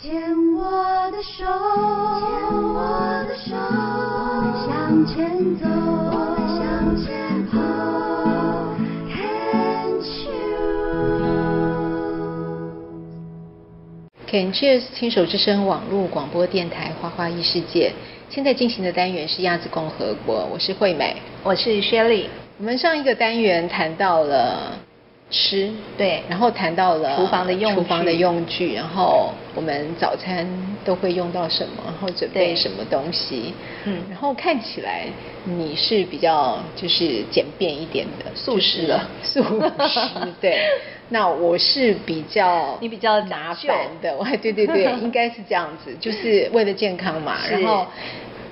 牵我的手，牵我的手，我们向前走，我们向前跑。Can't you？ Can Cheers 亲手之声网络广播电台《花花异世界》，现在进行的单元是鸭子共和国，我是惠美。我是 Shelly，我们上一个单元谈到了吃，对然后谈到了厨房的用具厨房的用具，然后我们早餐都会用到什么，然后准备对什么东西，嗯然后看起来你是比较就是简便一点的素食的的素食，对。那我是比较你比较麻拿烦的，我还对对 对，应该是这样子，就是为了健康嘛。是然后，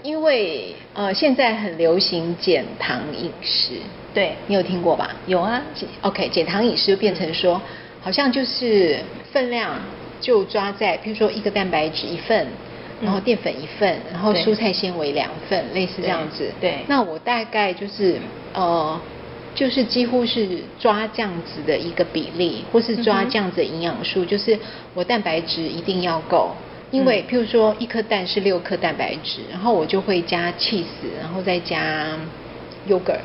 因为呃，现在很流行减糖饮食，对，你有听过吧？有啊，减 OK，减糖饮食就变成说，好像就是分量就抓在，比如说一个蛋白质一份。然后嗯淀粉一份，然后对蔬菜纤维两份，类似这样子。对对那我大概就是呃，就是几乎是抓这样子的一个比例，或是抓嗯哼这样子的营养素，就是我蛋白质一定要够。因嗯为譬如说一颗蛋是六克蛋白质，然后我就会加 cheese，然后再加 yogurt，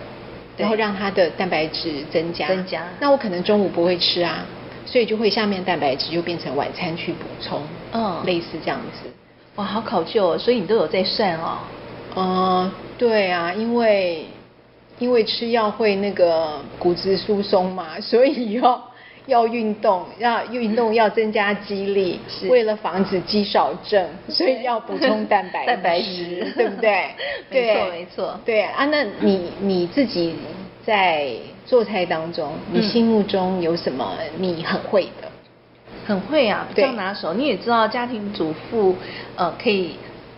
对然后让它的蛋白质增加。增加那我可能中午不会吃啊，所以就会下面蛋白质就变成晚餐去补充，嗯类似这样子。哇，好考究、哦，所以你都有在算哦。嗯，对啊，因为因为吃药会那个骨质疏松嘛， 所以要要运动，要运动要增加肌力，是为了防止肌少症，所以要补充蛋白蛋白质质，？对不对 没错对没错对啊，那你你自己在做菜当中，你嗯心目中有什么你很会的？很会啊，比较对拿手。你也知道，家庭主妇呃可以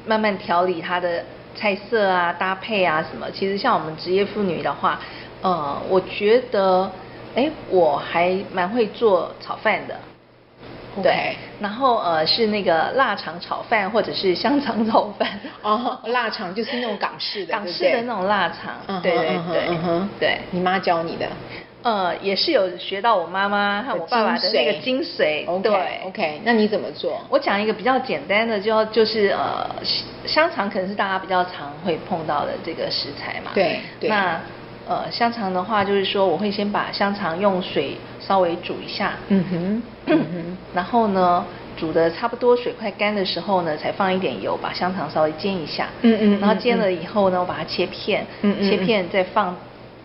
慢慢调理她的菜色啊、搭配啊什么。其实像我们职业妇女的话，呃，我觉得，哎，我还蛮会做炒饭的。对 OK，然后呃是那个腊肠炒饭或者是香肠炒饭，哦，腊肠就是那种港式的，港对不式的对那种腊肠嗯哼对对嗯哼对嗯哼对你妈教你的。呃也是有学到我妈妈啊和我爸爸的那个精髓，对 OK OK，那你怎么做？我讲一个比较简单的，就就是呃，香香肠可能是大家比较常会碰到的这个食材嘛。对对那呃，香肠的话，就是说我会先把香肠用水稍微煮一下，嗯哼，嗯哼， 然后呢，煮的差不多水快干的时候呢，才放一点油，把香肠稍微煎一下。嗯嗯嗯然后煎了以后呢，我把它切片，嗯嗯嗯切片再放，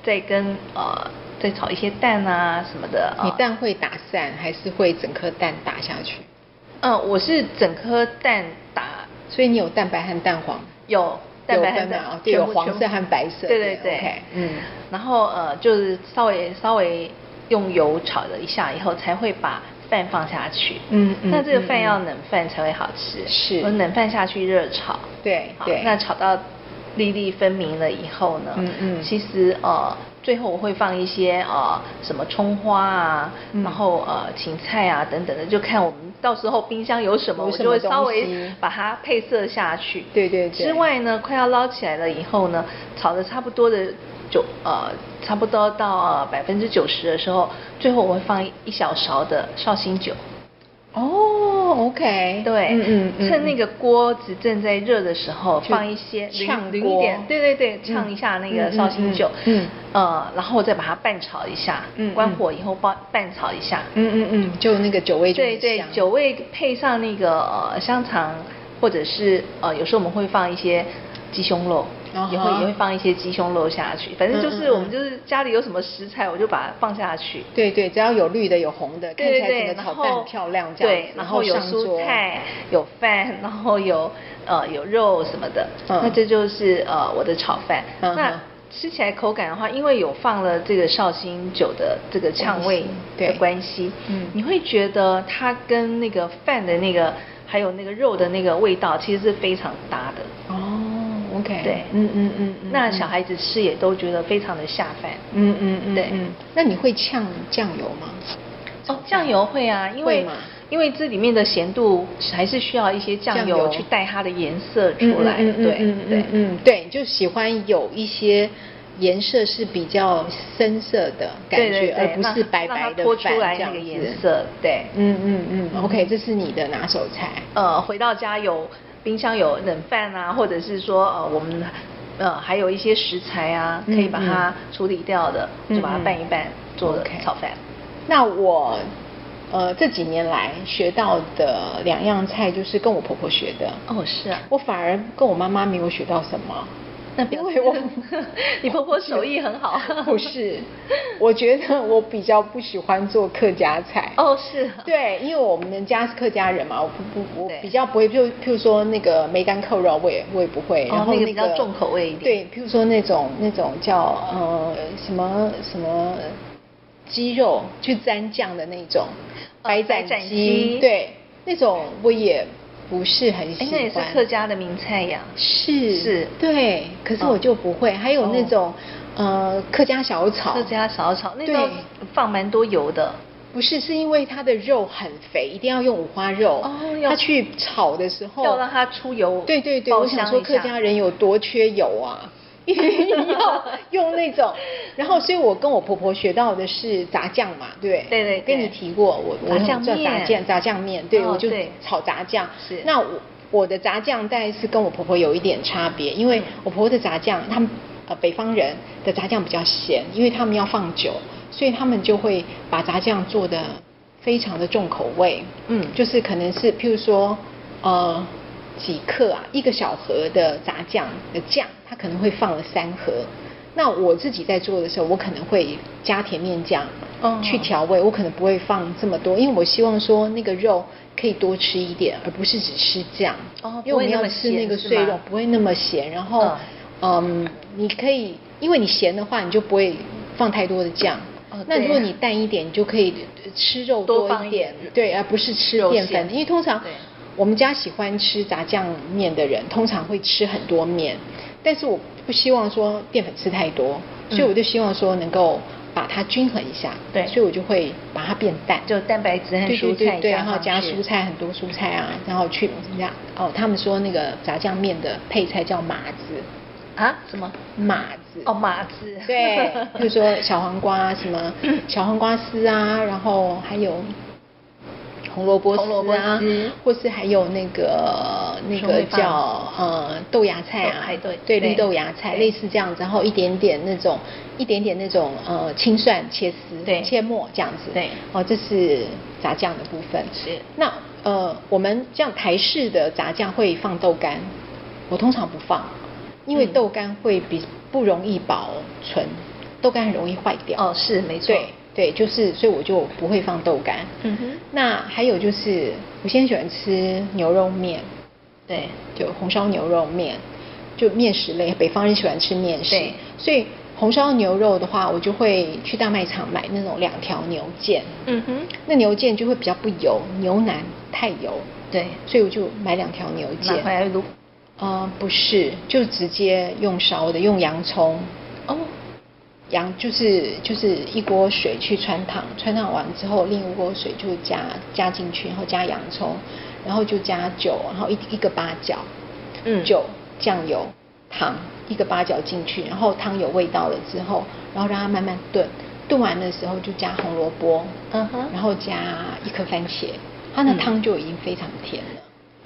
再跟呃，再炒一些蛋啊什么的。呃你蛋会打散还是会整颗蛋打下去？呃，我是整颗蛋打所以你有蛋白和蛋黄。有蛋白有和蛋蛋白哦，对全部有黄全部色和白色对对对对 OK，嗯然后呃，就是稍微稍微用油炒了一下以后，才会把饭放下去。嗯嗯那这个嗯饭嗯要冷饭才会好吃，是我冷饭下去热炒。对好对那炒到粒粒分明了以后呢，嗯嗯其实呃。最后我会放一些呃什么葱花啊，嗯然后呃芹菜啊等等的，就看我们到时候冰箱有什么，有我什就么会稍东微西把它配色下去。对对对之外呢，快要捞起来了以后呢，炒的差不多的九呃，差不多到呃百分之九十的时候，最后我会放一一小勺的绍兴酒。哦，OK，对，嗯嗯，趁那个锅子正在热的时候，就放一些淋炝淋锅一点，对对对嗯，炝一下那嗯个嗯绍兴酒，嗯嗯呃，然后再把它拌炒一下，嗯嗯关火以后拌拌炒一下，嗯嗯嗯，就那个酒味就对很对香，酒味配上那个呃香肠，或者是呃有时候我们会放一些鸡胸肉啊哈也会也会放一些鸡胸肉下去，反正就嗯是嗯嗯我们就是家里有什么食材，我就把它放下去。对对，只要有绿的有红的，看起对对来对，整个然炒后饭很漂亮这样对子，，然后有上桌蔬菜，有饭， 然后有呃有肉什么的，嗯那这就是呃我的炒饭。嗯哼那吃起来口感的话，因为有放了这个绍兴酒的这个呛味对的关系，嗯你会觉得它跟那个饭的那个还有那个肉的那个味道其实是非常搭的。哦，OK，对，嗯嗯嗯嗯，那嗯小孩子吃也都觉得非常的下饭。嗯嗯嗯，对嗯，那你会呛酱油吗？哦，酱油会啊，因会为吗因为这里面的咸度还是需要一些酱酱油油去带它的颜色出来，嗯嗯嗯对嗯嗯对嗯嗯，对，就喜欢有一些颜色是比较深色的感觉，对对对而不是让白白让它的脱饭出来这样那个子颜色，对，嗯嗯嗯，OK，这是你的拿手菜。呃，回到家有冰箱有冷饭啊，或者是说呃我们呃还有一些食材啊，可嗯以把它处理掉的，嗯就把它拌一拌做 OK 炒饭。那我呃这几年来学到的两样菜，就是跟我婆婆学的。哦，是啊，我反而跟我妈妈没有学到什么。那表因示为 我，你婆婆手艺很好 不是，我觉得我比较不喜欢做客家菜。哦，是啊，对，因为我们家是客家人嘛，我不不我对比较不会，就譬如说那个梅干扣肉，我也我也不会。哦然后那那个个比较重口味一点对，譬如说那种那种叫呃什么什么鸡肉去沾酱的那种，呃白白斩斩鸡对，那种我也不是很喜欢。，哎那也是客家的名菜呀。是是对，可是我哦就不会。还有那哦种、呃客家小炒，客家小炒那对道放蛮多油的，不是，是因为它的肉很肥，一定要用五花肉。哦要它去炒的时候，要让它出油对对对，爆我想香说一客下家人有多缺油 啊，一定要用那种。然后，所以我跟我婆婆学到的是炸酱嘛，对不对对对跟你提过，我我炸酱叫炸面酱炸酱面，对、哦我就对炒炸酱。是那我我的炸酱但是跟我婆婆有一点差别，因嗯为我婆婆的炸酱，他们呃北方人的炸酱比较咸，因为他们要放酒，所以他们就会把炸酱做的非常的重口味。嗯就是可能是譬如说呃几克啊，一个小盒的炸酱的酱，它可能会放了三盒。那我自己在做的时候，我可能会加甜面酱哦去调味，我可能不会放这么多，因为我希望说那个肉可以多吃一点，而不是只吃酱。哦因为我们不会那要么吃咸那个是碎吗肉，不会那么咸。然后，嗯，你可以，因为你咸的话，你就不会放太多的酱。哦那对如果你淡一点，你就可以呃吃肉多多放一一点点，对，而不是吃肉淀馅粉，因为通常对我们家喜欢吃炸酱面的人，通常会吃很多面，但是我不希望说淀粉吃太多，所以嗯我就希望说能够把它均衡一下，对所以我就会把它变淡，就蛋白质和对对蔬对菜对，加然后上加去蔬菜很多蔬菜啊，然后去人家哦，他们说那个炸酱面的配菜叫码子，啊？什么？码子哦，马子。对， 比如说小黄瓜啊什么小黄瓜丝啊，然后还有红萝卜红萝丝卜啊丝，或是还有那个那春个回坊叫呃豆芽菜豆啊哎对，对对绿豆芽菜对类似这样子，然后一点点那种一点点那种呃青蒜切丝，对切末这样子，对哦这是炸酱的部分，是那呃，我们这样台式的炸酱会放豆干，我通常不放，因为嗯豆干会比不容易保存，豆干很容易坏掉。哦，是没错。对对，就是，所以我就不会放豆干。嗯哼那还有就是，我先喜欢吃牛肉面，对就红烧牛肉面，就面食类，北方人喜欢吃面食对，所以红烧牛肉的话，我就会去大卖场买那种两条牛腱，嗯哼那牛腱就会比较不油，牛腩太油，对，所以我就买两条牛拿腱回来卤。呃，不是，就直接用烧的，用洋葱，哦，洋就是就是一锅水去穿烫，穿烫完之后，另一锅水就加加进去，然后加洋葱，然后就加酒，然后一一个八角，嗯酒、酱油、糖，一个八角进去，然后汤有味道了之后，然后让它慢慢炖，炖完的时候就加红萝卜，嗯哼然后加一颗番茄，它那嗯汤就已经非常甜了。对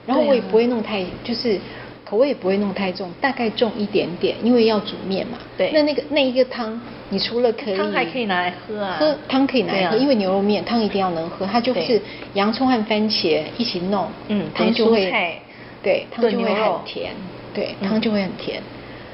然啊后我也不会弄太，就是口味也不会弄太重，大概重一点点，因为要煮面嘛。对那那个那一个汤，你除了可以汤还可以拿来喝啊喝汤可以拿来喝，对啊因为牛肉面汤一定要能喝，它就对是洋葱和番茄一起弄，嗯汤就等于会蔬菜对汤炖就会牛肉很甜，对嗯汤就会很甜。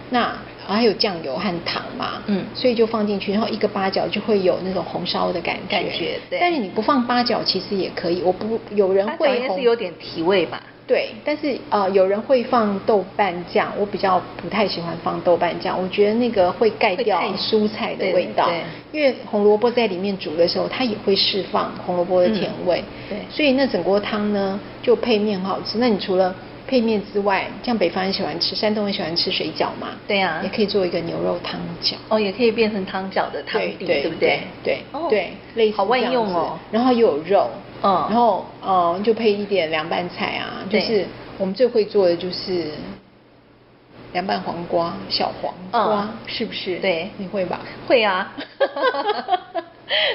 那还有酱油和糖嘛，嗯所以就放进去，然后一个八角就会有那种红烧的感觉。感觉对但是你不放八角其实也可以，我不有人它会应该红是有点提味吧？对，但是呃，有人会放豆瓣酱，我比较不太喜欢放豆瓣酱，我觉得那个会盖掉会太蔬菜的对味道对，因为红萝卜在里面煮的时候，它也会释放红萝卜的甜味，嗯对所以那整锅汤呢就配面很好吃。那你除了配面之外，像北方人喜欢吃，山东人喜欢吃水饺嘛，对啊也可以做一个牛肉汤饺。哦，也可以变成汤饺的汤对底，对不对对？对哦对，类似好万这样用子哦。然后又有肉，嗯然后呃就配一点凉拌菜啊，就对是我们最会做的就是凉拌黄瓜、小黄瓜，嗯是不是？对你会 吧？会啊，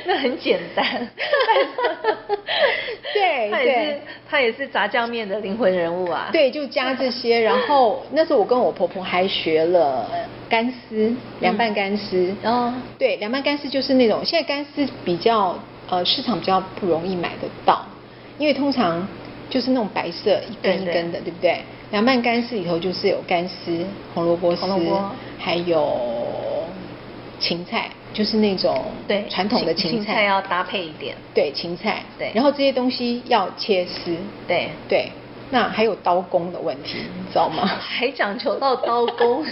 那很简单。 对他也是对他也是炸酱面的灵魂人物啊。对，就加这些。然后那时候我跟我婆婆还学了干嗯丝，凉拌干丝。哦对，凉拌干丝就是那种现在干丝比较呃市场比较不容易买得到，因为通常就是那种白色一根一对对根的，对不对？凉拌干丝里头就是有干丝、红萝卜丝，红萝卜还有芹菜，就是那种对，传统的芹芹菜要搭配一点。对芹菜，对然后这些东西要切丝，对，对，那还有刀工的问题，你知道吗？还讲求到刀 工，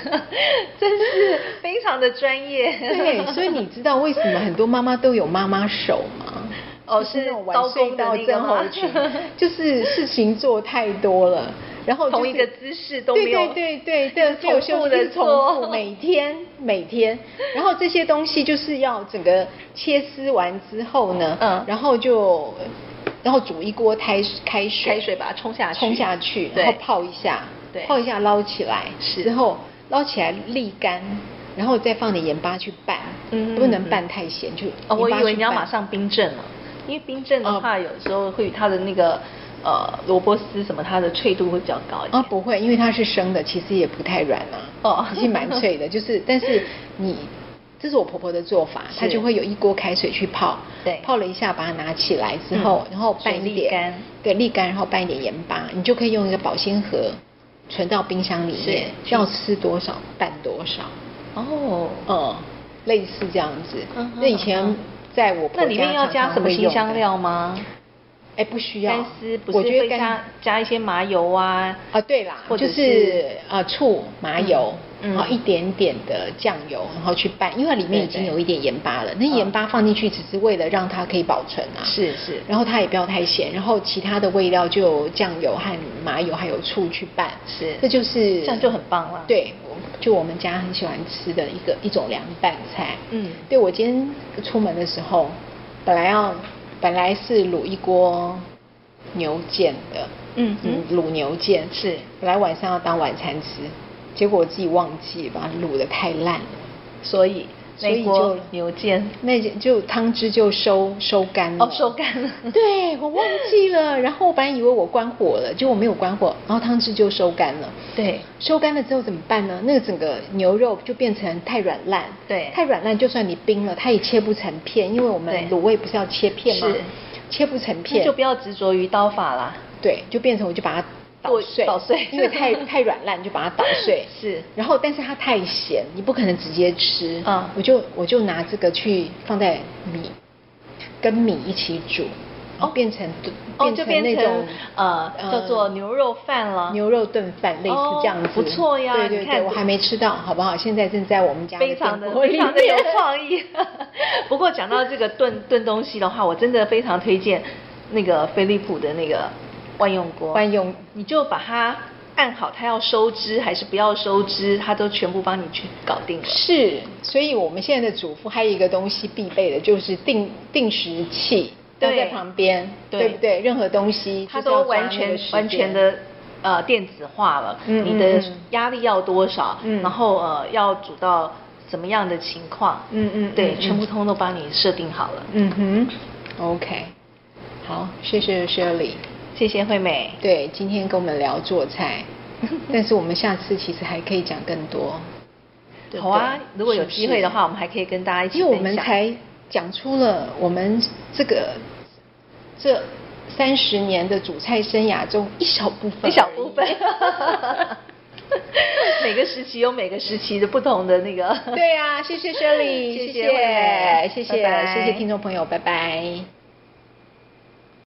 真是非常的专业。 对，所以你知道为什么很多妈妈都有妈妈手吗？哦就是是那种晚刀睡工的到那个症候吗群，就是事情做太多了，然后、就是、同一个姿势都没有对对对对，一直没有重休复息一地直重复，做 每天每天，然后这些东西就是要整个切丝完之后呢，嗯然后就然后煮一锅开开水，开水把它冲下去冲下去，对然后泡一下，对泡一下捞起来，是之后捞起来沥干。然后再放点盐巴去拌，嗯不能拌太咸，就哦，我盐巴以为去你要拌马上冰镇了，因为冰镇哦的话，有时候会它的那个呃萝卜丝什么，它的脆度会比较高一点。啊，不会，因为它是生的，其实也不太软啊，哦其实蛮脆 的，就是，但是你，这是我婆婆的做法，她是就会有一锅开水去泡，对泡了一下，把它拿起来之后，嗯然后拌水一沥点，干对，沥干，然后拌一点盐巴，你就可以用一个保鲜盒存到冰箱里面，是要吃多少拌多少，哦，嗯，类似这样子嗯。哼那以前嗯哼在我婆那里家面要常加常什么会新用香的料吗？哎，不需要干丝不是我觉得会干加加一些麻油啊？啊，对啦，或者就是是呃醋、麻油，嗯嗯然后一点点的酱油，然后去拌，因为它里面已经对对有一点盐巴了。那嗯盐巴放进去只是为了让它可以保存啊，是是然后它也不要太咸，然后其他的味料就有酱油和麻油还有醋去拌，是这就是这样就很棒啦对，我就我们家很喜欢吃的一个一种凉拌菜。嗯对我今天出门的时候，本来要本来是卤一锅牛腱的，嗯哼卤牛腱是本来晚上要当晚餐吃，结果我自己忘记把它卤的太烂了，所以所那以锅就牛腱那就汤汁就收收干了，哦收干了对我忘记 了，然后我本来以为我关火了，结果没有关火，然后汤汁就收干了。对收干了之后怎么办呢？那个整个牛肉就变成太软烂，对太软烂，就算你冰了，它也切不成片，因为我们对卤味不是要切片吗是？切不成那片，就不要执着于刀法啦。对，就变成我就把它捣剁碎，捣碎因为 太太软烂就把它捣碎。是然后但是它太咸，你不可能直接吃。嗯我就我就拿这个去放在米，跟米一起煮，然后变成、哦，就变那种成呃叫做牛肉饭了。牛肉炖饭类似这样子，哦不错呀对对你对，看我还没吃到，好不好？现在正在我们家非常的电锅里非常的有面 创意。 不过讲到这个炖炖东西的话，我真的非常推荐那个飞利浦的那个万用锅。万用你就把它按好，它要收汁还是不要收汁，它都全部帮你去搞定了。是，所以我们现在的主妇还有一个东西必备的，就是定定时器要对在旁边，对不对？任何东西它就是都要抓完那全个时完全间的呃电子化了，嗯你的嗯嗯压力要多少，嗯然后呃要煮到什么样的情况，嗯嗯嗯对，嗯全部通都帮你设定好了。嗯哼，OK，好，谢谢 Shirley。谢谢惠美，对，今天跟我们聊做 菜，但是我们下次其实还可以讲更多。对不好啊对，如果有是不机会的是话，我们还可以跟大家一起因为我分们享。才讲出了我们这个这三十年的主菜生涯中一小部分而已，一小部 分。每个时期有每个时期的不同的那个。对啊，谢谢 Shirley，谢谢谢慧谢美谢谢拜拜谢谢听众朋友，拜拜。